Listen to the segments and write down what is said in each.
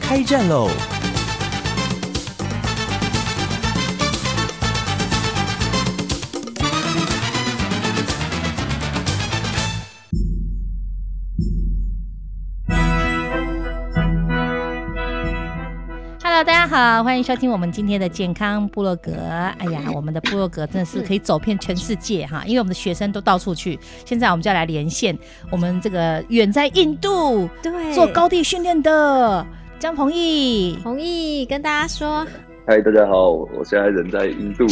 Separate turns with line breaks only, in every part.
开战喽！
Hello，大家好，欢迎收听我们今天的健康部落格。哎 呀，我们的部落格真的是可以走遍全世界哈，因为我们的学生都到处去。现在我们就要来连线我们这个远在印度
对，
做高地训练的江鹏毅，
同意跟大家说，
嗨，大家好，我现在人在印度。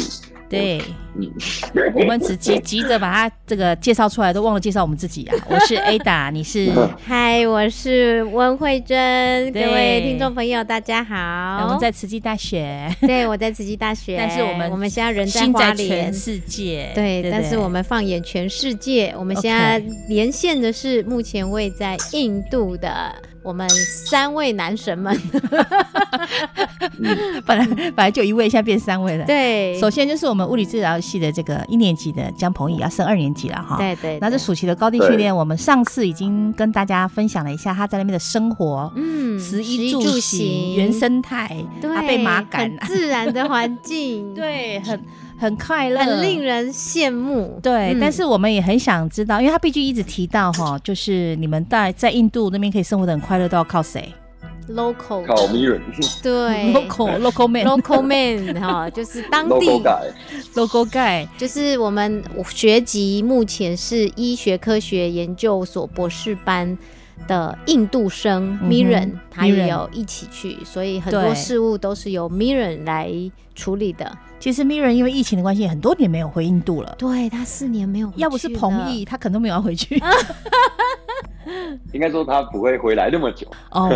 对
嗯，
我们只急急着把他这个介绍出来，都忘了介绍我们自 己啊。我是 Ada，你是。
嗨，我是温慧珍，各
对
位听众朋友，大家
呃
好。
我们在慈济大学，
对我在慈济大学，
但是我们
我们现在人在
心
花
在
莲
全。世界，
对，
不
但是我们放眼全世界，我们
OK
现在连线的是目前位在印度的我们三位男 神们。
本来本来就一位，现在变三位了。
对，
首先就是我们物理治疗系的这个一年级的江鹏宇要升二年级了哈。。
对对，
那这
对
暑期的高地训练，我们上次已经跟大家分享了一下他在那边的生活，
嗯，
食
衣
衣住行、原生态，
对
他被马赶
很，自然的环 境，，
对，很很快乐，
很令人羡慕。
对。
嗯
但是我们也很想知道，因为他毕竟一直提到哈，就是你们在在印度那边可以生活的很快乐，都要靠谁
local
靠 m i r
对
？local local man
local man 哈、就是当
logo
地，
改，
local guy，
就是我们学籍目前是医学科学研究所博士班的印度生
哼
Miran，、他
Miran
也有一起去，所以很
对
多事务都是由 Miran 来处理的。
其实 Miran 因为疫情的关系，很多年没有回印度了。
对他四年没有回去了，
要不是彭毅，他可能都没有要回 去。
应该说他不会回来那么久，
哦，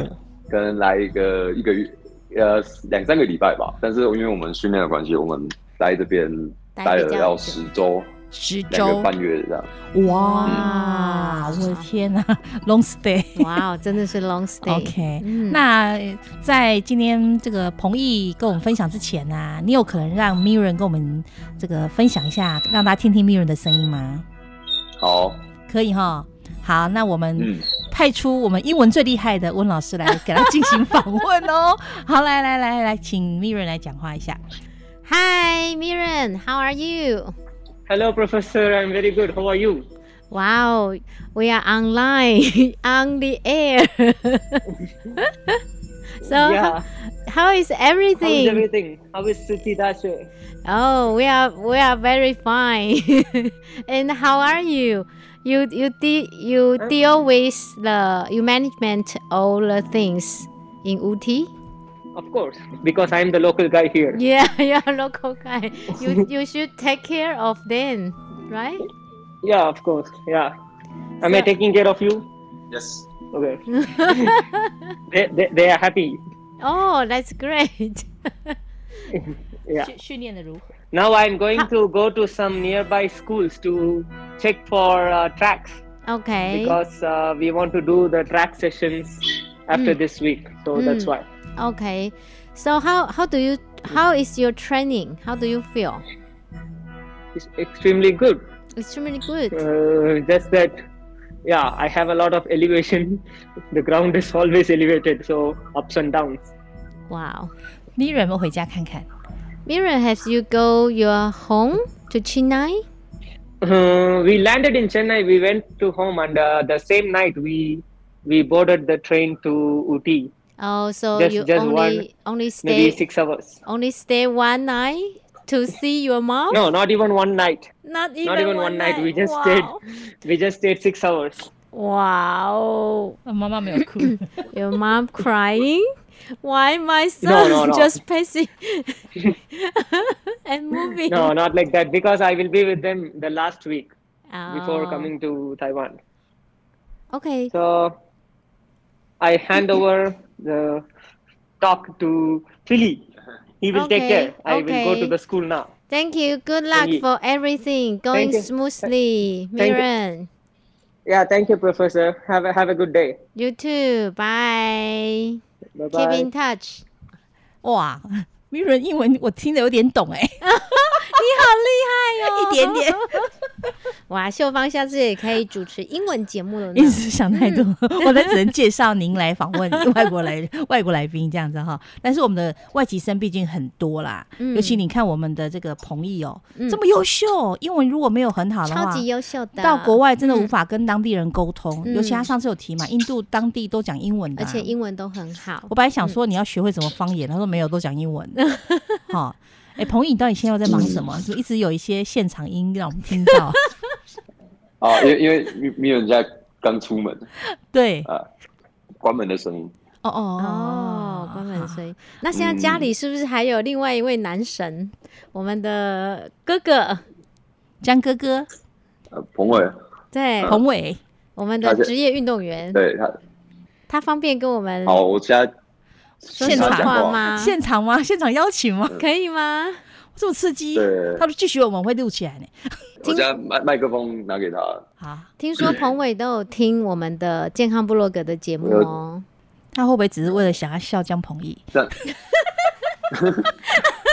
可能来一个一个月，呃，两三个礼拜吧。但是因为我们训练的关系，我们来这边待
待比
了
较
要
久
十周，
十
两个
周，
半月这样。
哇，我的天呐 l o n g stay。
哇哦，真的是 long stay。
OK，、
嗯
那在今天这个彭毅跟我们分享之前呢、啊你有可能让 Mirren 跟我们这个分享一下，让大家听听 Mirren 的声音吗？
好，
可以哈。好，那我们
嗯，
派出我们英文最厉害的温老师来给他进行访问 哦。好，来来来来，请 Mirren 来讲话一下。
Hi Miran，how are you？
Hello, Professor. I'm very good. How are you?
Wow, we are online on the air. so
yeah.
how, how is everything?
How is everything? How is Suchi Dashe?
Oh, we are we are very fine. and how are you? You you de- you
Uh,
deal with the you management all the things in Uti?
Of course, because I'm the local guy here.
Yeah, yeah, local guy. You you should take care of them, right?
Yeah, of course. Yeah. Am I
So-
taking care of you?
Yes，
Okay. they, they, they are happy.
Oh, that's great.
Yeah.
训训练的如何？
Now I'm going to go to some nearby schools to check for uh, tracks
Okay.
because uh, we want to do the track sessions after
Hmm.
this week. So that's
Mm.
why.
Okay. So how how do you how is your training? How do you feel?
It's extremely good.
Extremely good.
Uh, just that, yeah, I have a lot of elevation. The ground is always elevated, so ups and downs.
Wow.
Mirren 有没有回家看看？
Mira, have you go your home to Chennai?
Uh, we landed in Chennai. We went to home, and uh, the same night we we boarded the train to Uti.
Oh, so
Just-
you
just
only only stay
Maybe six hours.
only stay one night to see your mom?
No, not even one night.
not even,
Not even one night. We just
wow.
stayed. We just stayed six hours.
Wow.
呃 妈妈没有哭。
Your mom crying? Why my son
no, no.
just passing and moving?
No, not like that because I will be with them the last week before
Oh.
coming to Taiwan.
Okay.
So I hand over the talk to Philly. He will take
Okay,
care. I will go
okay.
to the school now.
Thank you. Good luck
you.
for everything going
Thank you.
smoothly,
Thank you.
Miran.
Yeah, thank you, Professor. Have a, have a good day.
You too. Bye.
Bye
Keep
bye.
in touch.
哇 m i r a n 英文我听得有点 懂哎、
你好厉害哦，
一点点。
哇，秀芳下次也可以主持英文节目了 呢
一。直想太多，
嗯
我在只能介绍您来访问外国来 外国来宾这样子哈。但是我们的外籍生毕竟很多啦，
嗯
尤其你看我们的这个彭毅哦，
嗯
这么优秀，英文如果没有很好的
超
话。
级优秀的，
到国外真的无
嗯
法跟当地人沟通，
嗯
尤其他上次有提嘛，印度当地都讲英文的
而
啊、
且英文都很好
我。本来
嗯
想说你要学会什么方言，他说没有，都讲英文。 好、哎、彭毅，你到底现在又在忙什么？是不是一直有一些现场音让我们听到？
啊，因为因为因为因为人家刚出门
对，
啊，关门的声音。
哦哦
哦，关门
好
声音。那现在家里是不是还有另外一位男神，我们的哥哥？
江哥哥，
呃，彭伟，
嗯对，
彭伟，
我们的
他是
职业运动员，
对他，
嗯他方便跟我们
好，我现在
说
现
实
想
场
讲
话
话？
吗？
现场吗？现场邀请吗？
啊可以吗？
这么刺激，
对
他都继续我们会录起来呢。
我现在麦麦克风拿给他，
好，
听说彭伟都有听我们的健康部落格的节目哦。
他会不会只是为了想要笑江鹏毅？
这样。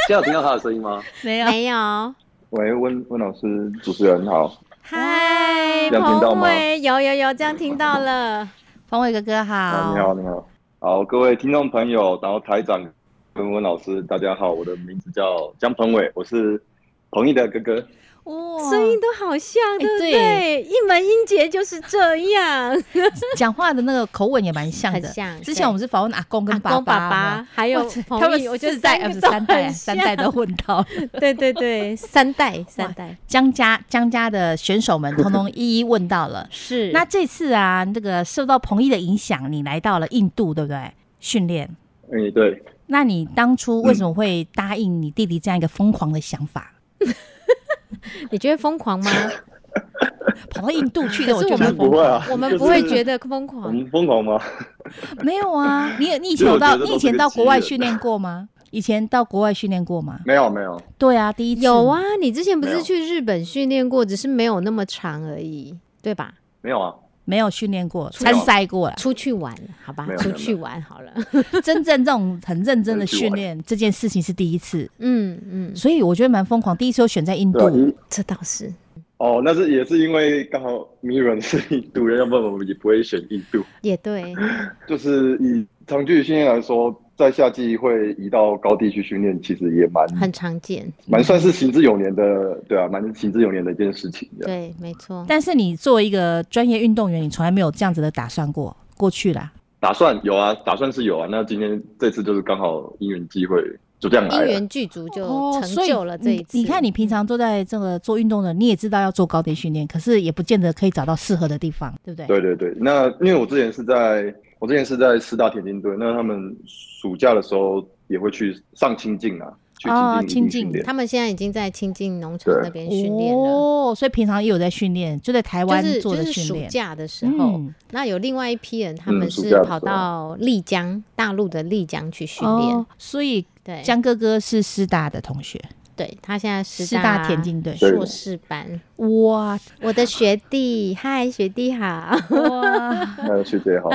现在有听到他的声音吗？
没有，
没有，
喂，温温老师，主持人好。
嗨，
这样听到
彭
吗
伟，有有有，这样听到了。
鹏伟哥哥
啊，
好
你。好，你好。好，各位听众朋友，然后台长跟温老师，大家好，我的名字叫江鹏伟，我是彭毅的哥哥。
哇
声音都好像，哎对不
对
对？一门音节就是这样，
讲话的那个口吻也蛮像的。
很像
之前我们是访问阿公跟
阿
爸
公爸
爸有没有
爸，还有
哇
彭
他们
毅，我觉得
四代
三
呃不
个
是
都
三代
很
三
像
代都混到 了
对对对，三代三代。
江家江家的选手们，通通一一问到了
是
那这次啊，那个受到彭毅的影响，你来到了印度，对不对？训练。
哎、对，
那你当初为什么会答应你弟弟这样一个疯狂的想法？
你觉得疯狂吗？
跑到印度去的，
可是
觉
我
得蛮
们
疯
不会啊
我们
就是
不会觉得疯
我
狂。
们疯狂吗？
没有啊，你你以前
其实
有
我
到
觉得
你
都
以前
是个
到
机
国外
缘
训练过吗？以前到国外训练过吗？
没有，没有。
对啊，第一次
有，啊，你之前不
没
是
有
去日本训练过，只是没有那么长而已，对吧？
没有啊，
没有训练过，参赛过了。
出去玩，好吧
没，有
出
没有
去玩好了。
真正这种很认真的
出去
训
玩
练这件事情是第一次，
嗯嗯，
所以我觉得蛮疯狂。第一次有选在印
对啊，
度，
因
这倒是。
哦，那是也是因为刚好 Miran 是印度人，要不然我们也不会选印度。
也对，
嗯就是以长距离训练来说，在夏季会移到高地去训练，其实也蛮
很常见，
嗯
蛮算是行之有年的，对啊，蛮行之有年的一件事情这样。
对，没错。
但是你作为一个专业运动员，你从来没有这样子的打算过。过去啦，
打算有啊，打算是有啊。那今天这次就是刚好因缘际会，就这样来
因
了。
缘具足就
哦
成
所以
就了这一次。嗯
你你看，你平常都在这个做运动的，你也知道要做高低训练，可是也不见得可以找到适合的地方，对不对？
对对对，那因为我之前是在，我之前是在师大田径队，那他们暑假的时候也会去上清境啊，去
哦清境
清境一定训练。
他们现在已经在清境农场
对
那边训练了。
哦，所以平常也有在训练，就在台湾
就是
做
就
的
是
训
暑
练。
假的时候，
嗯
那有另外一批人，他
嗯
们
暑
是
假的
跑
时候
到丽江，大陆的丽江去训练。
哦，所以
对，
江哥哥是师大的同学，
对他现在师
师大田径队。
对
硕士班，
哇
我的学弟，嗨，学弟好，
哇，
那学姐 好，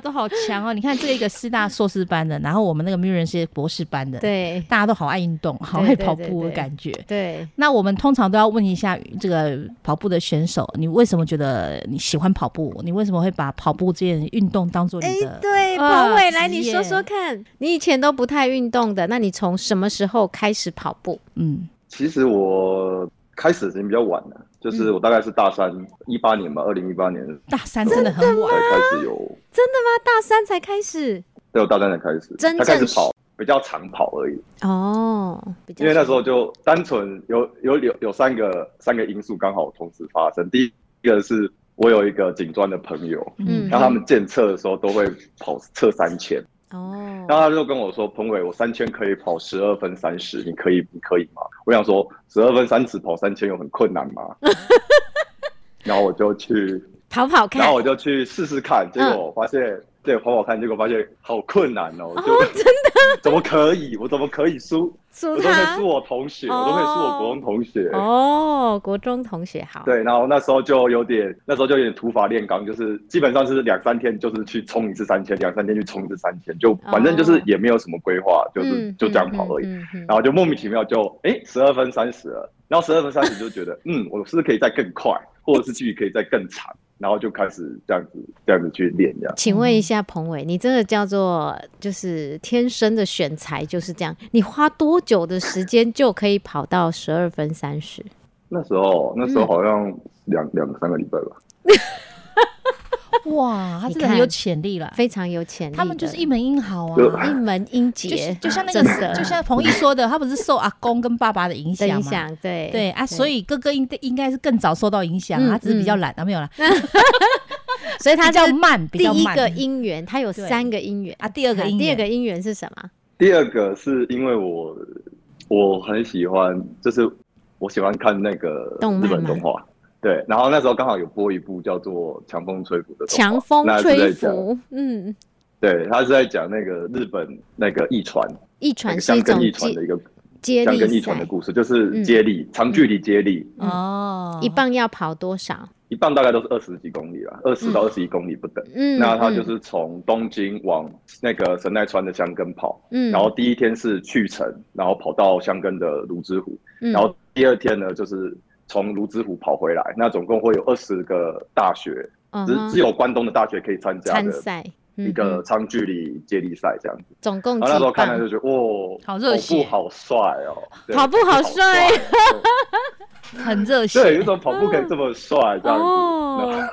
都好强哦！你看这一个师大硕士班的，然后我们那个 Mirren 是博士班的，，
对
大家都好爱运动，好爱
对对
跑
对
步的
对
感觉。
对，
那我们通常都要问一下这个跑步的选手，你为什么觉得你喜欢跑步？你为什么会把跑步这件运动当做你的？
哎对，
啊
彭伟，来
职
你
业
说说看，你以前都不太运动的，那你从什么时候开始跑步？
嗯，
其实我开始的时间比较晚了、就是我大概是大三一八年吧，二零一八年
嗯大三真的很晚
才。开始有，
真的吗？啊大三才开始？
对我大三才开始，
真正
才开始
是
跑，比较长跑而已。
哦，比较
因为那时候就单纯有有有有三个三个因素刚好同时发生。第一个是我有一个警专的朋友，
嗯
然后他们检测的时候都会跑测三千，
哦，
然后他就跟我说：“彭伟，我三千可以跑十二分三十，你可以你可以吗？”我想说十二分三十跑三千有很困难吗？然后我就去，
跑跑看
然后，我就去试试看，结果我发现对，跑跑看，结果发现好困难哦，就真的 怎么可以？我怎么可以输？我
输
都可以
他
输我同学，我都可以输我国中同学。
哦，国中同学好，
对，然后那时候就有点，那时候就有点土法炼钢，就是基本上是两三天就是去冲一次三千，两三天去冲一次三千，就反正就是也没有什么规划，就
哦嗯，
是就这样跑而已。
嗯嗯嗯
然后就莫名其妙就哎十二分三十了，然后十二分三十就觉得嗯，我是不是可以再更快，或者是距离可以再更长，然后就开始这样子这样子去练这样。
请问一下彭伟，你这个叫做就是天生的选材就是这样，你花多久的时间就可以跑到十二分三十？
那时候那
嗯
时候好像两两、三个礼拜吧，
哇，他
你
真的很有
看
潜力了，
非常有潜力的，
他们就是一门英豪
就
啊
一。门英杰，
就像那
真
个，
的
就像彭毅说的，他不是受阿公跟爸爸的影
的
响
影
嘛？
响，对
对啊，所以哥哥应应该是更早受到影响啊，
嗯
他只是比较懒啊，没有啦，
所以他
比较
是
慢，比
第
较
一
慢。
个姻缘，他有三个姻缘
啊，第二个姻
第
缘
二个姻缘是什么？
第二个是因为我我很喜欢，就是我喜欢看那个
动漫吗
日本动画。对，然后那时候刚好有播一部叫做《强风吹拂》的动画
强风
那是在
吹
讲，
拂，嗯，
对，他是在讲那个日本那个一传，
一
那
传
个
是一
香
种
根一传
接
的一个
接
香根
力
一传
赛
的，故事，就是接力，长距离接力，
嗯
哦，
一棒要跑多少？
一棒大概都是二十几公里吧，二十到二十一公里不等。
嗯，
那他就
嗯
是从东京往那个神奈川的香根跑，
嗯，
然后第一天是去城，然后跑到香根的芦之湖，
嗯
然后第二天呢就是从芦之湖跑回来。那总共会有二十个大学，
嗯
只
哼
只有关东的大学可以参加
参
的
赛
一
嗯
个
嗯
长距离接力赛这样子。
总共
然后那
几
时候看
棒
了就觉得，哇，
好热血
跑步好帅哦，对
跑步好帅
跑步 好帅
很热血，
对，有一种跑步可以这么帅这样子。
哦，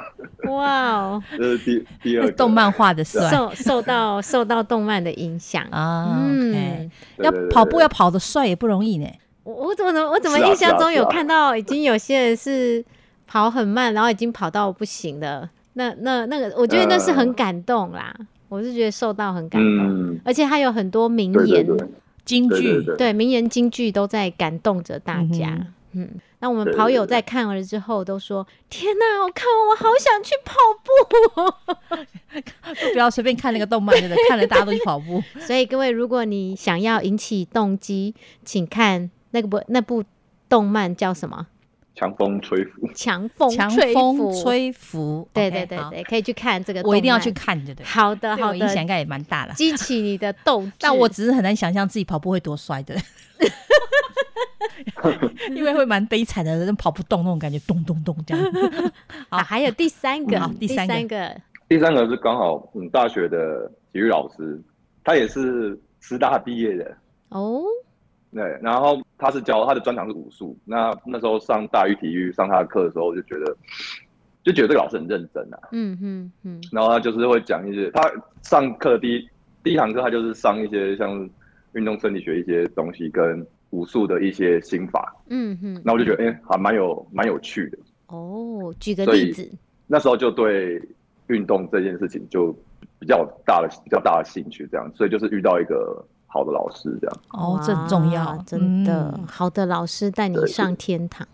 哇哦，
这是第第二
是
个
动漫画的帅
受受到受到动漫的影响。
啊。
嗯
OK，，要跑步要
跑
跑得帅也不容易呢。
我我怎么能我怎么
是啊
印
是
象
啊
中
是
有
啊
看到已经有些人是跑很慢，然后已经跑到不行了。那那那个，我觉得那是很
呃
感动啦，我是觉得受到很感动，
嗯，
而且他有很多名
对对
言，
对
京
对
剧
对对，
对名言金句都在感动着大家
嗯。
嗯，那我们
对
跑
对
友
对
在看了之后都说：“天哪，我看完我好想去跑步哦、
不要随便看那个动漫，真的看了大家都去跑 步。
所以各位，如果你想要引起动机，请看那个不那部动漫叫什么？
强风吹拂。
强风
强
吹
风
拂。
吹拂，
对
OK，
对对
好
对，可以去看这个。
我一定要去。看，对对了。
好的
对我
好
影响应
的，
该也蛮大了。
激起你的斗志。
但我只是很难想象自己跑步会多摔的， 因为会蛮悲惨的，人跑不动那种感觉，咚咚咚这样。
啊，还有第三个
嗯好，第
第
三个
三个
第三个是刚好我们大学的体育老师，他也是师大毕业的，
哦，
对，然后他是教他的专长是武术。那那时候上大育体育上他的课的时候，就觉得就觉得这个老师很认真啊。
嗯嗯嗯，
然后他就是会讲一些，他上课第一第一堂课他就是上一些像运动生理学一些东西跟武术的一些心法，
嗯嗯，
那我就觉得哎、诶还蛮有蛮有趣的。
哦，举个
所以
例子，
那时候就对运动这件事情就比较有大的比较大的兴趣，这样，所以就是遇到一个好的老师这样。
哦，
哇
这很重要，
真的
嗯。
好的老师带你
对
上天堂。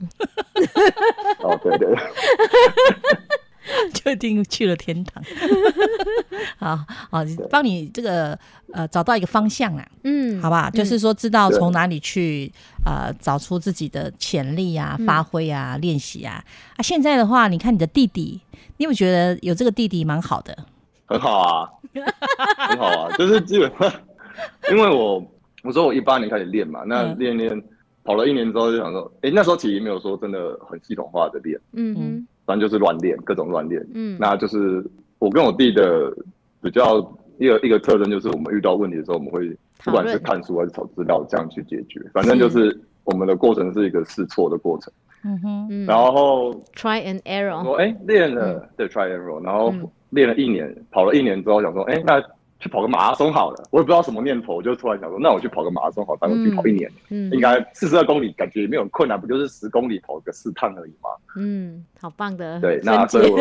哦，对对对，
嗯 就一定去了天堂。 好好，帮你这个呃找到一个方向啦，
嗯，
好吧？就是说知道
对
从哪里去呃找出自己的潜力啊、
嗯
发挥啊、练习啊。啊，现在的话，你看你的弟弟，你有没有觉得有这个弟弟蛮好的？
很 好啊，很好啊，就是基本上，因为我我说我一八年开始练嘛，那
嗯
练练跑了一年之后就想说，哎、那时候其实也没有说真的很系统化的练，
嗯哼
反正就是乱练，各种乱练。
嗯，
那就是我跟我弟的比较一个一个特征，就是我们遇到问题的时候，我们会
讨
不
论
管是看书还是找资料这样去解决。反正就是我们的过程是一个试错的过程。
嗯哼，
嗯
然后
try and
我
error，
说，哎，练了对 try and roll，然后
嗯
练了一年，跑了一年之后，想说，哎，那去跑个马拉松好了。我也不知道什么念头，我就突然想说，那我去跑个马拉松好了，反正我去跑一年，
嗯
应该四十二公里，感觉也没有很困难，不就是十公里跑个四趟而已吗？
嗯，好棒的
对
分，
那所以
解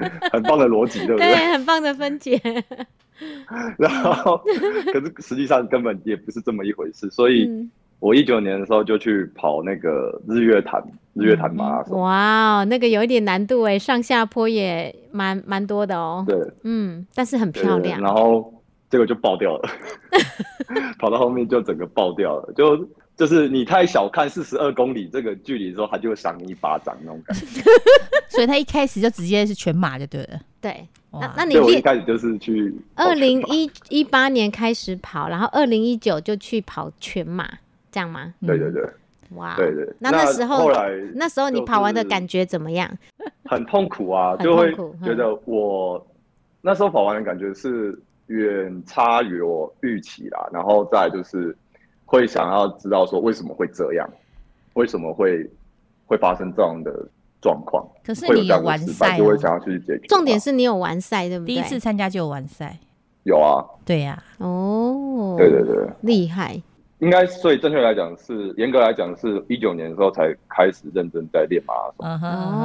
我 很棒的逻辑，对不对？
对，很棒的分解。
然后，可是实际上根本也不是这么一回事，所以
嗯
我一九年的时候就去跑那个日月潭日月潭马拉松，
哇哦，那个有一点难度哎，上下坡也蛮蛮多的哦。
对，
嗯，但是很
对
漂
对
亮。
然后这个就爆 掉了，跑到后面就整个爆掉了，就就是你太小看四十二公里这个距离的时候，他就会赏你一巴掌那种感觉。
所以他一开始就直接是全马就对了。
对， 那
哇
那你
所以我一
练
开始就是去
二
跑全
零
马
一一八年开始跑，然后二零一九就去跑全马，这样吗？
对对对
哇，
对对。
嗯那那时候
后来
那时候你
就
跑完的
是
感觉怎么样？
很痛苦啊，
很
就会
痛苦嗯
觉得我那时候跑完的感觉是远差于我预期啦，然后再来就是会想要知道说为什么会这样，为什么会会发生这样的状况，
可是
会有
你
这
有
样
完
的失
赛
败，就
哦
会，想要去解决它。啊
重点是你有完赛，对不
第
对？
一次参加就有完赛。
有啊，
对呀、
哦，
对对，对，
厉害，
应该所以正确来讲是严格来讲是一九年的时候才开始认真在练马拉松。
嗯哼嗯哼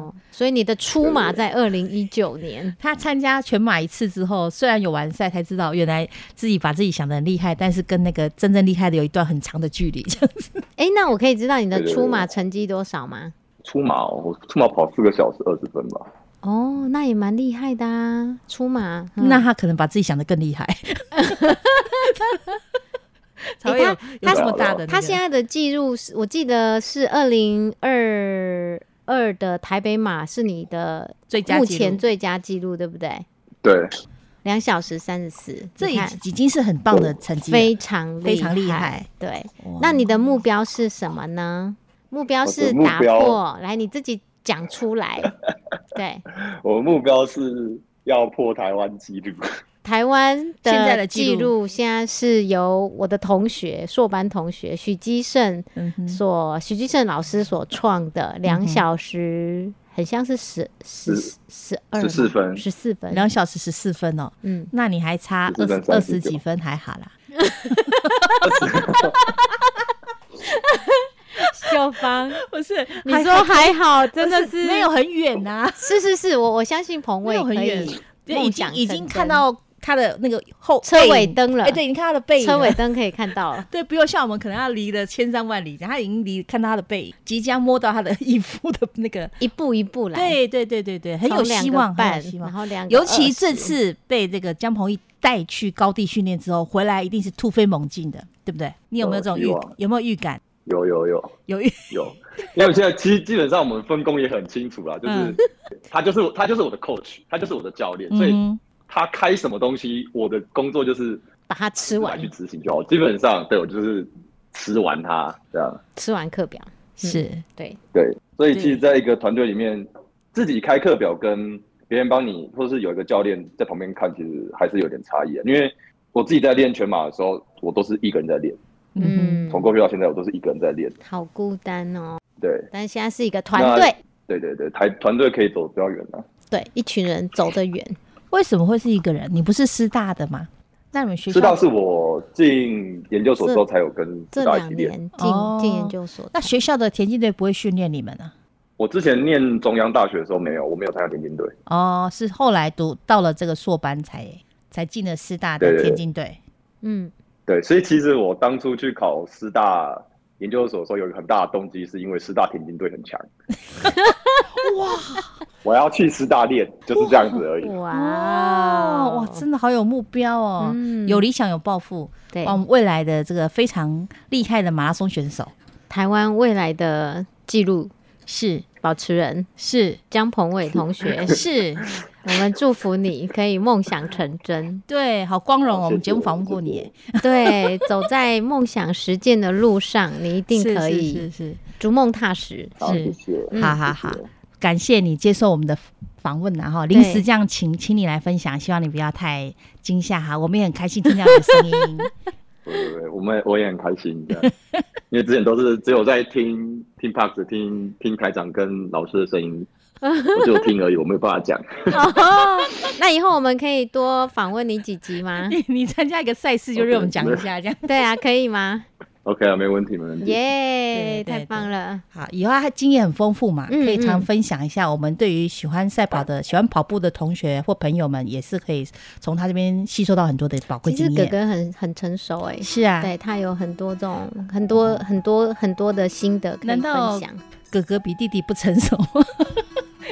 哦，所以你的出马在二零一九年，
他参加全马一次之后，虽然有完赛，才知道原来自己把自己想的很厉害，但是跟那个真正厉害的有一段很长的距离。这样子
哎，那我可以知道你的
对对对
出马成绩多少吗？
出马、哦，我出马跑四个小时二十分吧，
哦，那也蛮厉害的啊，出马。嗯
那他可能把自己想的更 厉害，才会有
他
有这么大的那个、
他现在的记录是，我记得是二零二二的台北马是你的
最佳
目
纪录
前最佳记录，对不对？
对。
两小时三十四，
这
你
已
看
已经是很棒的成绩了，
非常
非常厉害
害。对，
哇
那你的目标是什么呢？目标
我的
是
目
打
标
破，来你自己讲出来。 对，
我的目标是要破台湾纪录，
台湾的
现在的记
记录现在是由我的同学硕班同学许基胜
嗯哼
所许基胜老师所创的两小时，很像是十十
十
十二
14分
十四分，
两小时十四分哦，
嗯，
那你还差二十
14分
二
39
十几分，还好啦。
秀芳，
不是，
你说还好，真的是
没有很远啊呐、
是是是，我我相信彭
没
伟
有很
可
远
以，
就
梦
已
想
经已
成
经看
真
到他的那个后
车
背影
尾灯了
哎、对，你看他的背影了，。
车尾灯可以看到了
对，不用像我们可能要离了千山万里，然后他已经离看到他的背影，即将摸到他的衣服的那 个，
一步一步来，
对对对对对，很
从
有
两
希
个
望，很
半
有希
然
望。
后两个
尤其这
20
次被这个江鹏毅带去高地训练之后，回来一定是突飞猛进的，对不对？你有没有这种预
哦有啊希望
有没有预感？
有有有
有预
有，因为我现在基基本上我们分工也很清楚啦，就是、
嗯
他就是他就是我的 coach，他就是我的教练，所以
嗯哼，
他开什么东西，我的工作就是
把它吃
来
完，
去执行就好。基本上对我就是吃完它这样，
吃完课表，
是
对，
对，所以其实
对
在一个团队里面，自己开课表跟别人帮你，或是有一个教练在旁边看，其实还是有点差异啊的，因为我自己在练全马的时候，我都是一个人在练，
嗯
嗯，
从过去到现在，我都是一个人在练，
好孤单哦。
对。
但现在是一个团队，
对对对，台团队可以走比较远啊。
对，一群人走得远，
哼，为什么会是一个人？你不是师大的吗？那你们学
师大
校
是我进研究所之后才有跟
这
师大一
两
起练。
年进
哦
进研究所，
那学校的田径队不会训练你们啊？
我之前念中央大学的时候没有，我没有参加田径队。
哦，是后来读到了这个硕班才才进了师大
对
的
对
田
对
径队。
嗯，
对，所以其实我当初去考师大研究所的时候，有一个很大的动机，是因为师大田径队很强。 哇！我要去师大练，就是这样子而已。
哦哇
哦，哇，真的好有目标哦，
嗯
有理想有抱负，
对
哇，我们未来的这个非常厉害的马拉松选手
台湾未来的纪录
是
保持人
是，
江鹏伟同学
是，
我们祝福你可以梦想成 真，
对，好光荣哦，
好
我们
谢谢
节目访问过你耶，
对，走在梦想实践的路上，你一定
是
可
是
以
是
逐梦踏实。
好，谢
是
谢。
是，好好好，嗯感谢你接受我们的。访问然后
对
临时这样请，请你来分享，希望你不要太惊吓哈。我们也很开心听到你的声音，
对对对，我们我也很开心这样，因为之前都是只有在听听 Parks、听听台长跟老师的声音，我只有听而已，我没有办法讲。
哦， 那以后我们可以多访问你几集 吗？
你你参加一个赛事就让我们讲一下这样。
对啊，可以吗？
OK 啊，没问题，没问题。
耶，
嗯对对
太棒了！
好，以后他经验很丰富嘛，
嗯
可以常
嗯
分享一下。我们对于喜欢赛跑的、喜欢跑步的同学或朋友们，也是可以从他这边吸收到很多的宝贵
其实
经
哥
验。
哥很很成熟哎、
是啊，
对他有很多种很多很多很多的心得可以
嗯难道
分享。
哥哥比弟弟不成熟，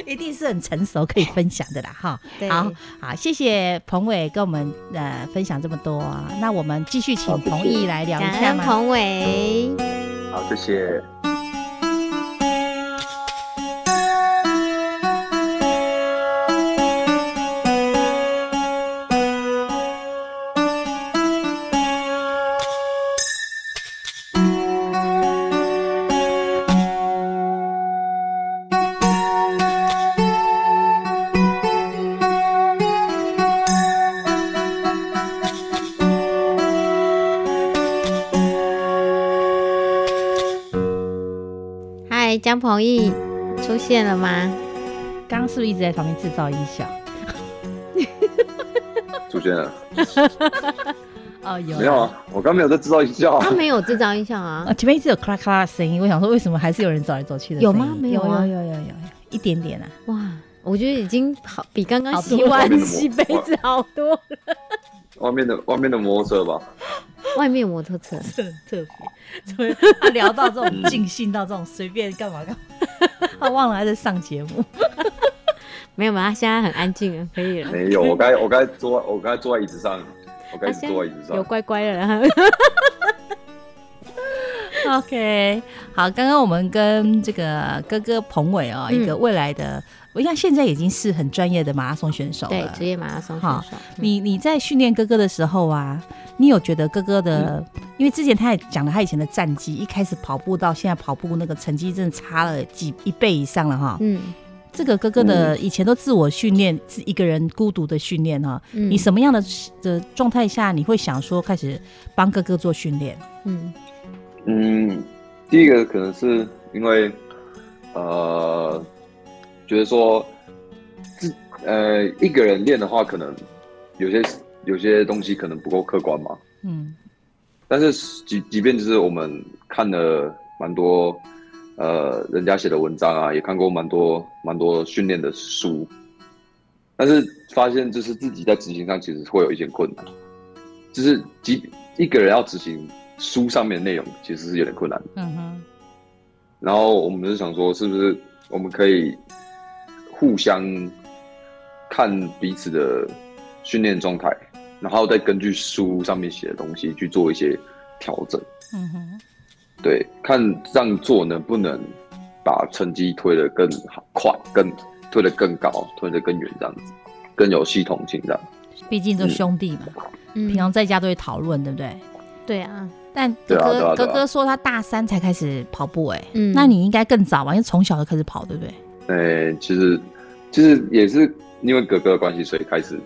一定是很成熟可以分享的啦哈。
对
好好，谢谢彭伟跟我们呃分享这么多啊，那我们继续请彭毅来聊
感
一下
恩
嘛。
彭伟，
好，谢谢。
嗨，江鹏毅出现了吗？
刚刚是不是一直在旁边制造音效？
主持人
啊哦，有
没有啊，我刚没有在制造音效啊
他。没有制造音效啊
啊，，前面一直有咔啦咔啦的声音，我想说为什么还是有人走来走去的声
有
音？
吗没有啊
有有有有有一点点啊。
哇！我觉得已经好比刚刚
好
洗
多了
碗洗杯子好多了。
外面的外面的摩托车吧，
外面有摩托车，
这很特别，怎么他聊到这种尽兴到这种随便干嘛干嘛，他忘了他在上节目。
没有吧？他现在很安静啊了，可以 了。
没有，我该我该坐我该坐在椅子上，我该
他
一直
现
坐在椅子
在有
上。
乖乖了，
OK，好，刚刚我们跟这个哥哥彭伟哦，
嗯
一个未来的，我想现在已经是很专业的马拉松选手
对
了，。
职业马拉松选
好
手。嗯
你你在训练哥哥的时候啊，你有觉得哥哥的，
嗯
因为之前他也讲了他以前的战绩，一开始跑步到现在跑步那个成绩真的差了几一倍以上了哈。
嗯
这个哥哥的以前都自我训练，自一个人孤独的训练哈。
嗯，
你什么样的的状态下，你会想说开始帮哥哥做训练？
嗯
嗯，第一个可能是因为呃，觉得说自呃一个人练的话，可能有些有些东西可能不够客观嘛。
嗯
但是即即便就是我们看了蛮多呃人家写的文章啊，也看过蛮多蛮多训练的书，但是发现就是自己在执行上其实会有一些困难，就是即一个人要执行书上面的内容，其实是有点困难。
嗯哼，
然后我们就想说，是不是我们可以互相看彼此的训练状态，然后再根据书上面写的东西去做一些调整。
嗯哼，
对，看这样做能不能把成绩推得更好、快、更推得更高、推得更远，这样子更有系统性这样。
毕竟都
嗯
兄弟嘛，平
嗯，
常在家都会讨论，对不对？
对啊，
但哥
对啊
哥、
对啊对
哥
啊
哥说他大三才开始跑步、哎、
嗯
那你应该更早吧？因为从小就开始跑，对不对？
诶、其实其实也是因为哥哥的关系，所以开始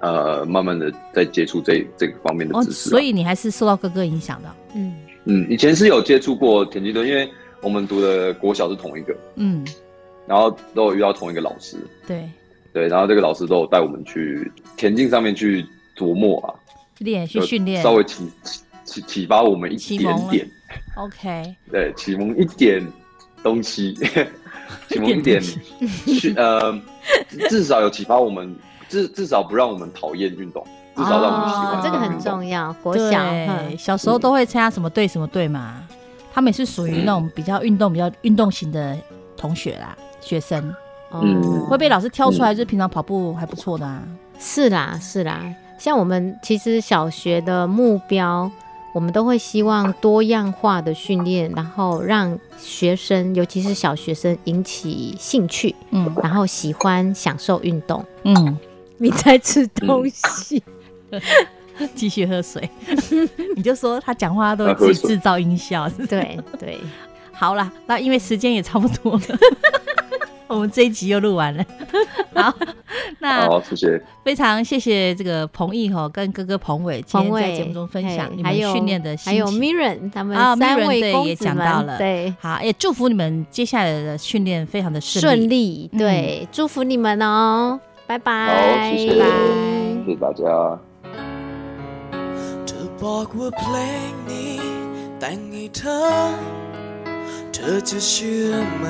呃慢慢的在接触这这个方面的
哦，
知识啊、
所以你还是受到哥哥影响的，
嗯
嗯，以前是有接触过田径队，因为我们读的国小是同一个，
嗯，
然后都有遇到同一个老师，
对，
对，然后这个老师都有带我们去田径上面去琢磨啊，
练去
就
训练，
稍微启启启启发我们一
启
点
蒙啊
点，
OK，
对，启蒙一点东 西，启蒙一
一点
点
东西
去呃，至少有启发我们，至至少不让我们讨厌运动，至少让我们喜欢、
哦，这个很重。要，国小
对
嗯
小时候都会参加什么队什么队嘛，他们也是属于那种比较运动、比较运动型的同学啦，学生
哦
嗯
会被老师挑出来，就是平常跑步还不错的啊。
是啦，是啦。像我们其实小学的目标，我们都会希望多样化的训练，然后让学生，尤其是小学生引起兴趣，
嗯
然后喜欢享受运动。
嗯，
你在吃东西，
继续喝水，你就说他讲话都
他喝
自己
水
制造音效，是不是
对对，
好啦，那因为时间也差不多 了，我们这一集又录完了。好，那
好，谢谢。
非常谢谢这个彭毅哈跟哥哥彭伟今
彭
天在
伟
节目中分享
嘿
你
还
们
有
训练的心
还有
情。
Mirren 他们
啊
三
Mirren，对
位公
也
子
讲
们
到了
对。
好，也祝福你们接下来的训练非常的顺
顺
利。
利，
嗯
对，祝福你们哦，拜拜，
好谢谢
拜。
谢谢大家。
To walk we're playing knee แต่งให้เธอ เธอจะเชื่อไหม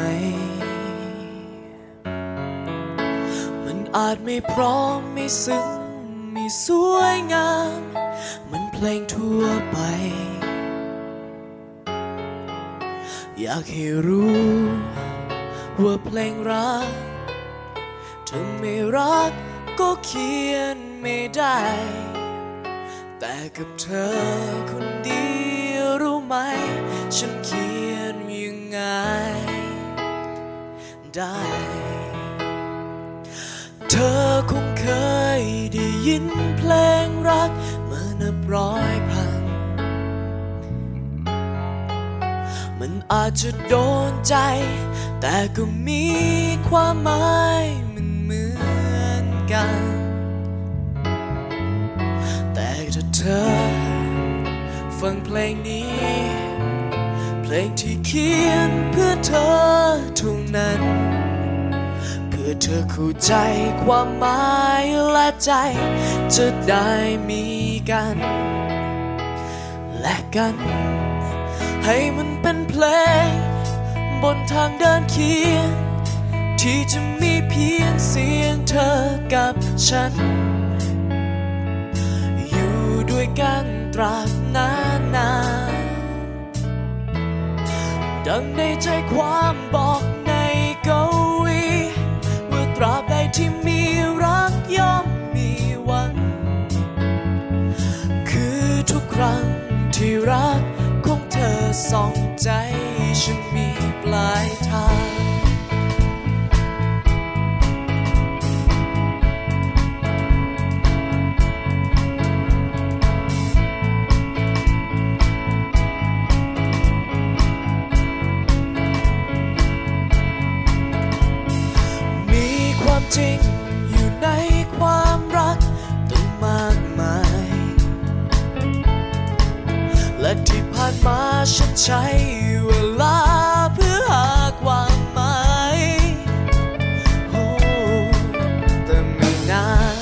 มันอาจไม่พร้อมไม่ซึ้งไม่สวยงามเหมันเพลงทั่วไป อยากให้รู้ ว่าเพลงรัก ถ้าไม่รักก็เขียนไม่ได้ แต่กับเธอคนเดียวรู้ไหม ฉันเขียนยังไง ได้ เธอคงเคยได้ยินเพลงรักมานับร้อยพัน มันอาจจะโดนใจ แต่ก็มีความหมายมันเหมือนกัน แต่ถ้าเธอ ฟังเพลงนี้ เพลงที่เขียนเพื่อเธอเท่านั้น เพื่อเธอเข้าใจความหมายและใจ จะได้มีกัน และกัน ให้มันเป็นเพลง บนทางเดินเคียง ที่จะมีเพียงเสียงเธอกับฉัน อยู่ด้วยกันตราบนานนานดังในใจความบอกในเกาวีว่าตราบใดที่มีรักย่อมมีหวัง คือทุกครั้งที่รักของเธอสองใจ ฉันมีปลายทาง มีความจริงอยู่ในความรักตั้งมากมาย และที่ผ่านมาฉันใช้เวลาเพื่อหาความหมายโอ้แต่ไม่นาน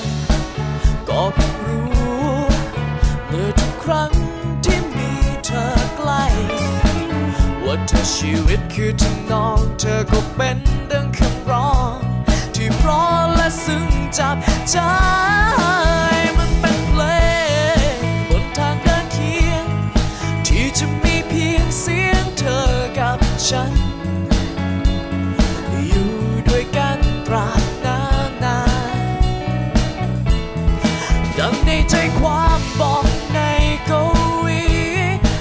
ก็เพิ่งรู้เมื่อทุกครั้งที่มีเธอใกล้ ว่าเธอชีวิตคือทำนองเธอก็เป็นดังคำร้อง ที่เพร้อและซึ้งจับใจ มันเป็นเพลงบนทางเดินเคียง ที่จะมีเพียงเสียงเธอกับฉัน อยู่ด้วยกันตราบนานนานดังในใจความบอกในกวี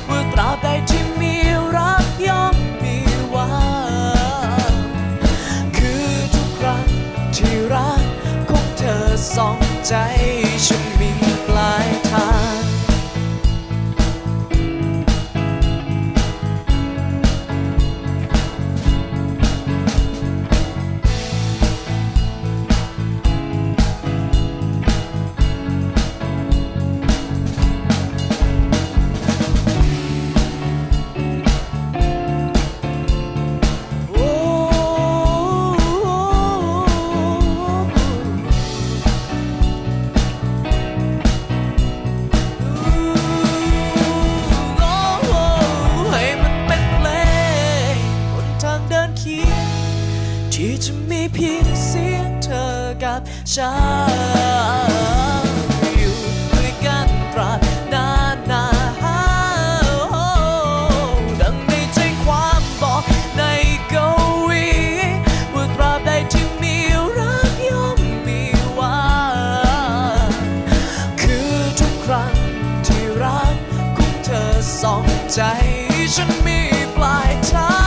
เมื่อตราบใดที่มีรักย่อมมีหวังคือทุกครั้งที่รักของเธอสองใจ ฉันมีปลายทาง โอ้ให้มันเป็นเพลงบนทางเดินเคียงที่จะมีเพียงเสียงเธอกับฉันอยู่ด้วยกันตราบนานนานดังในใจความบอกในกวีว่าตราบใดที่มีรักย่อมมีหวัง คือทุกครั้งที่รักของเธอสองใจ ฉันมีปลายทาง Oh,